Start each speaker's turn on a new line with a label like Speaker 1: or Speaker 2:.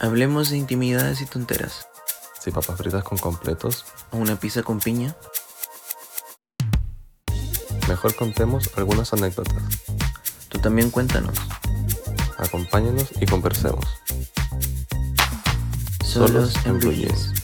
Speaker 1: Hablemos de intimidades y tonteras.
Speaker 2: Si papas fritas con completos,
Speaker 1: ¿O una pizza con piña?
Speaker 2: mejor contemos algunas anécdotas.
Speaker 1: Tú también cuéntanos.
Speaker 2: Acompáñanos y conversemos.
Speaker 1: Solos
Speaker 2: Solos
Speaker 1: en
Speaker 2: en
Speaker 1: Blue
Speaker 2: Blue
Speaker 1: Jeans.